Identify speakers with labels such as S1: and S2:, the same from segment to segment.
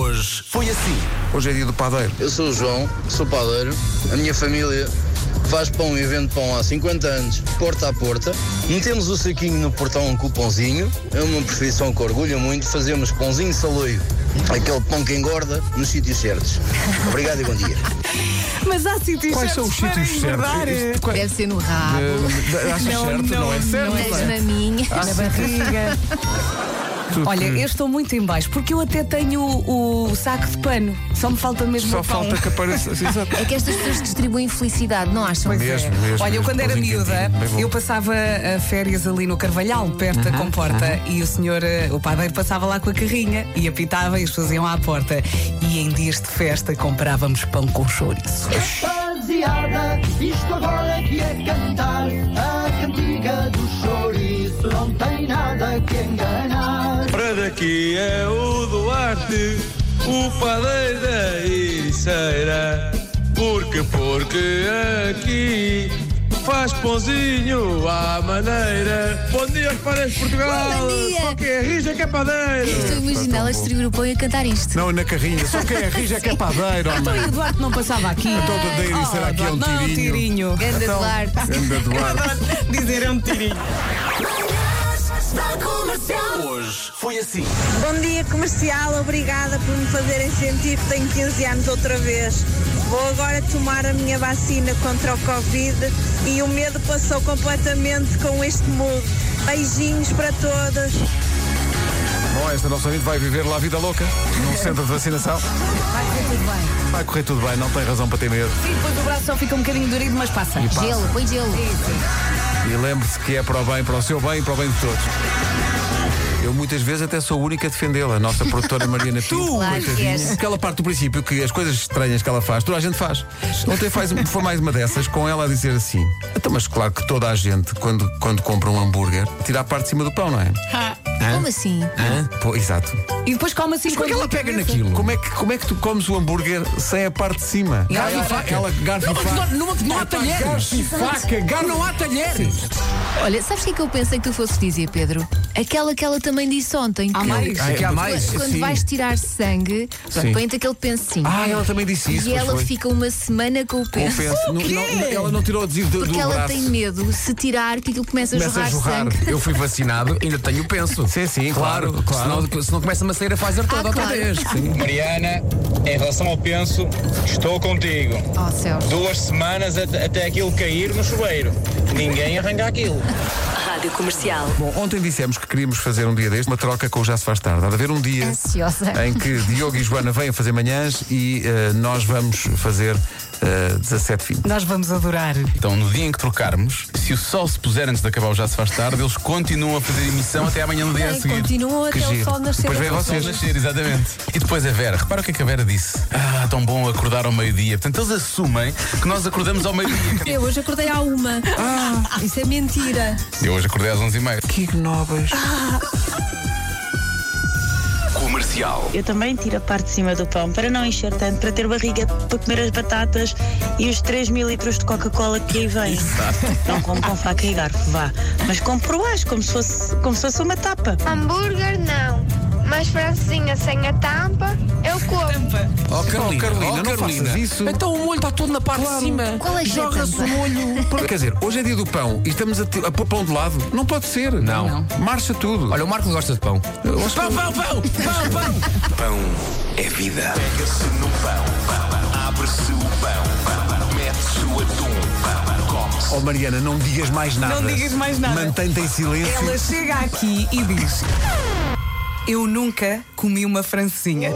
S1: Hoje foi assim. Hoje é dia do padeiro.
S2: Eu sou o João, sou padeiro. A minha família faz pão e vende pão há 50 anos, porta a porta. Metemos o saquinho no portão com o pãozinho. É uma profissão que orgulha muito. Fazemos pãozinho de saloio, aquele pão que engorda nos sítios certos. Obrigado e bom dia.
S3: Mas há sítios
S1: Quais são
S3: certos
S1: os sítios
S3: para
S1: certos?
S3: engordar.
S1: Isto- qua-
S4: Deve ser no rabo,
S1: Eh, Achas
S3: Não,
S1: certo? Não,
S3: não,
S1: é certo?
S4: não
S1: não
S4: nas
S1: é?
S4: maminhas.
S3: Na barriga.
S1: Tu-
S3: Olha, eu estou muito em baixo, porque eu até tenho o, o saco de pano. Só me falta mesmo
S1: Só
S3: o pão.
S1: falta que apareça. Sim, Exato.
S4: É que estas pessoas distribuem felicidade, não acham?
S3: Pois
S1: Mesmo,
S3: é.
S1: mesmo,
S3: Olha, eu
S1: mesmo.
S3: quando era
S1: Pãozinho
S3: miúda,
S1: quentinho, bem bom.
S3: eu passava ah, férias ali no Carvalhal, perto da comporta, e o senhor, ah, o padeiro, passava lá com a carrinha e apitava e as pessoas iam à porta. E em dias de festa comprávamos pão com chouriço.
S5: Rapaziada, isto agora é que é cantar A cantiga do chouriço Não tem nada que enganar
S6: Para daqui é o Duarte, o padeiro da Ericeira. Porque, porque aqui faz pãozinho à maneira. Bom dia aos padeiros de Portugal.
S4: Bom dia.
S6: Só que é rija que é padeiro.
S4: Estou a imaginar elas distribuir o pão e a cantar isto. Assim,
S1: Não, na carrinha. Só quem é rija é que é padeiro,
S3: Então,
S1: homem.
S3: e o Eduardo não passava aqui.
S1: Todo o Deiro
S3: Oh,
S1: será que é um
S3: Eduardo, não,
S1: tirinho. Então,
S3: tirinho.
S4: Ganda Duarte.
S1: Anda Duarte.
S3: Dizer é um tirinho.
S1: Hoje foi assim.
S7: Bom dia comercial, obrigada por me fazerem sentir que tenho 15 anos outra vez. Vou agora tomar a minha vacina contra o Covid e o medo passou completamente com este mudo. Beijinhos para todos.
S1: Bom, esta nossa ouvinte vai viver lá a vida louca num centro de vacinação.
S4: Vai correr tudo bem.
S1: Vai correr tudo bem, não tem razão para ter medo.
S3: E depois o braço só fica um bocadinho dorido, mas passa.
S1: E passa.
S4: Gelo, põe gelo.
S1: E lembre-se que é para o bem, para o seu bem e para o bem de todos. Eu muitas vezes até sou o único a defendê-la, a nossa produtora Mariana Pinto.
S4: Claro que
S1: coitadinha.
S4: és.
S1: Aquela parte do princípio que as coisas estranhas que ela faz, toda a gente faz. Ontem faz, foi mais uma dessas com ela a dizer assim: então, mas claro que toda a gente, quando, quando compra um hambúrguer, tira a parte de cima do pão, não é? Hã?
S4: Como assim?
S1: Hã? Pô, exato.
S3: E depois come assim com a cabeça.
S1: Como é, que, como é que tu comes o hambúrguer sem a parte de cima?
S3: Garfo
S1: Ela-
S3: e faca.
S1: Ela garfo e faca.
S3: Não, há
S1: Epá, Garfo e faca, garfo. Não há talheres.
S4: Olha, sabes o que é que eu pensei que tu fosses dizer, Pedro? Aquela que ela também disse ontem.
S3: Há
S4: que
S3: mais?
S1: Ah, é
S4: Quando-
S1: há mais?
S4: Quando
S1: Sim.
S4: vais tirar sangue, pronto,
S1: Sim.
S4: põe-te aquele pensinho.
S1: Ah, ela também disse isso.
S4: e
S1: pois
S4: ela
S1: foi.
S4: fica uma semana com o penso.
S1: Confesso, não-
S3: quê?
S1: não- ela não tirou o adesivo do, do
S4: Porque ela
S1: braço.
S4: tem medo, se tirar, que aquilo começa a
S8: Começa a
S4: jorrar,
S8: jorrar.
S4: sangue.
S8: Eu fui vacinado, ainda tenho penso.
S1: Sim, sim, claro, claro.
S8: Senão, senão começa a sair a Pfizer toda
S4: Ah,
S8: outra
S4: claro.
S8: vez.
S9: Mariana, em relação ao penso, estou contigo.
S4: Oh, céus.
S9: Duas semanas at- até aquilo cair no chuveiro. Ninguém arranca aquilo.
S10: Rádio Comercial.
S1: Bom, ontem dissemos que queríamos fazer um dia deste uma troca com o Já Se Faz Tarde. Há de haver um dia
S4: Ansiosa.
S1: em que Diogo e Joana vêm fazer manhãs e eh, nós vamos fazer eh, 17 filmes.
S3: Nós vamos adorar.
S8: Então, no dia em que trocarmos, se o sol se puser antes de acabar o Já Se Faz Tarde, eles continuam a fazer emissão até amanhã no dia a
S3: Ai,
S8: seguir.
S3: continuam
S1: Que
S3: até o
S1: giro.
S3: sol nascer.
S1: Depois vem
S8: Até o sol
S1: vocês.
S8: nascer, exatamente. E depois a Vera, repara o que é que a Vera disse. Ah, tão bom acordar ao meio-dia. Portanto, eles assumem que nós acordamos ao meio-dia.
S7: Eu hoje acordei à uma. Isso é mentira.
S8: Eu hoje acordei às 11h30.
S1: Que ignobas.
S8: Comercial.
S7: Eu também tiro a parte de cima do pão para não encher tanto, para ter barriga, para comer as batatas e os 3 mil litros de Coca-Cola que aí vem. Não como com faca e garfo, vá. Mas como por baixo, como se fosse, como se fosse uma tapa.
S11: Hambúrguer não, mas francesinha sem a tampa eu como.
S8: Oh,
S1: Oh, Carolina, não faças isso.
S8: Então o molho está todo na parte de cima.
S4: Qual é que é a tampa?
S1: Quer dizer, hoje é dia do pão e estamos a, ti- a pôr pão de lado. Não pode ser.
S8: Não.
S1: Marcha tudo.
S8: Olha, o Marco gosta de pão. Pão, pão, pão! Pão, pão!
S6: Pão é vida. Pega-se no pão, pão. Abre-se o pão, pão. Mete-se o atum, pão. Come-se.
S1: Oh, Mariana, não digas mais nada.
S3: Não digas mais nada.
S1: Mantém-te em silêncio.
S3: Ela chega aqui e diz: Eu nunca comi uma francesinha.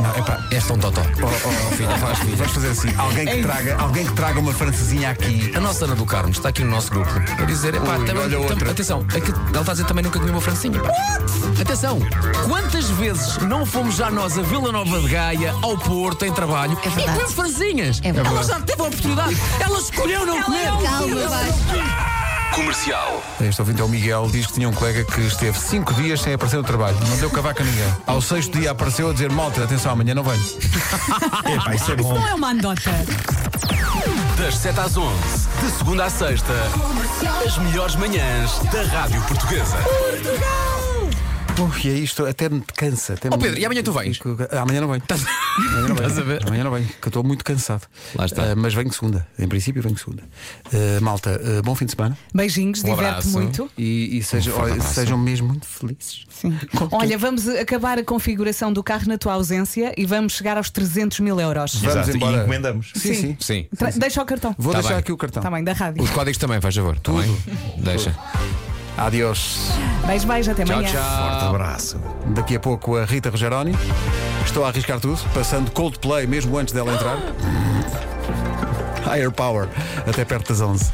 S1: Não, epá,
S8: És tão é um totó.
S1: Oh, oh, oh, filho, faz, filho, vamos fazer assim. Alguém que, traga, alguém que traga uma francesinha aqui.
S8: A nossa Ana do Carmo está aqui no nosso grupo a dizer, epá,
S1: Ui,
S8: também,
S1: olha
S8: tam-
S1: outra.
S8: atenção, é que ela está a dizer também nunca comi uma francinha. pá. Atenção, quantas vezes não fomos já nós a Vila Nova de Gaia, ao Porto, em trabalho,
S4: É
S8: e
S4: verdade.
S8: comemos franzinhas?
S4: É verdade. é
S8: ela já teve a oportunidade, ela escolheu não comer.
S4: Calma, vai.
S6: Comercial.
S1: Este ouvinte é o Miguel, diz que tinha um colega que esteve cinco dias sem aparecer no trabalho. Não deu cavaco a ninguém. Ao sexto dia apareceu a dizer, malta, atenção, amanhã não venho. Epá, isso é bom.
S3: Não é uma anedota.
S6: Das 7 às 11, de segunda à sexta, as melhores manhãs da Rádio Portuguesa.
S1: Ui, é isto, até me cansa. Até
S8: Ó,
S1: me-
S8: Pedro, e amanhã tu vens?
S1: Fico- Amanhã não venho. Amanhã não venho.
S8: Estás a ver?
S1: Amanhã não venho, que eu estou muito cansado.
S8: Lá está.
S1: Ah, mas venho segunda. Em princípio, venho segunda. Ah, malta, ah, bom fim de semana.
S3: Beijinhos,
S8: Um
S3: diverte
S8: abraço.
S3: muito.
S1: E, e seja-
S8: Um forte
S1: olha,
S8: abraço.
S1: sejam mesmo muito felizes.
S3: Sim.
S1: Com tudo.
S3: Olha, vamos acabar a configuração do carro na tua ausência e vamos chegar aos 300 mil euros.
S1: Vamos
S10: Exato,
S1: embora.
S10: e encomendamos.
S1: Sim, sim.
S8: Sim.
S3: Tra- Deixa o cartão.
S1: Vou
S8: Tá
S1: deixar
S8: bem.
S1: aqui o cartão.
S3: Também, da rádio.
S8: Os códigos também, faz favor. Tudo. Deixa.
S1: Adiós.
S3: Beijo, beijo, até
S8: Tchau,
S3: amanhã.
S8: tchau.
S10: Abraço.
S1: Daqui a pouco a Rita Rogeroni. Estou a arriscar tudo, passando Coldplay mesmo antes dela entrar. Hum. Higher Power, até perto das 11.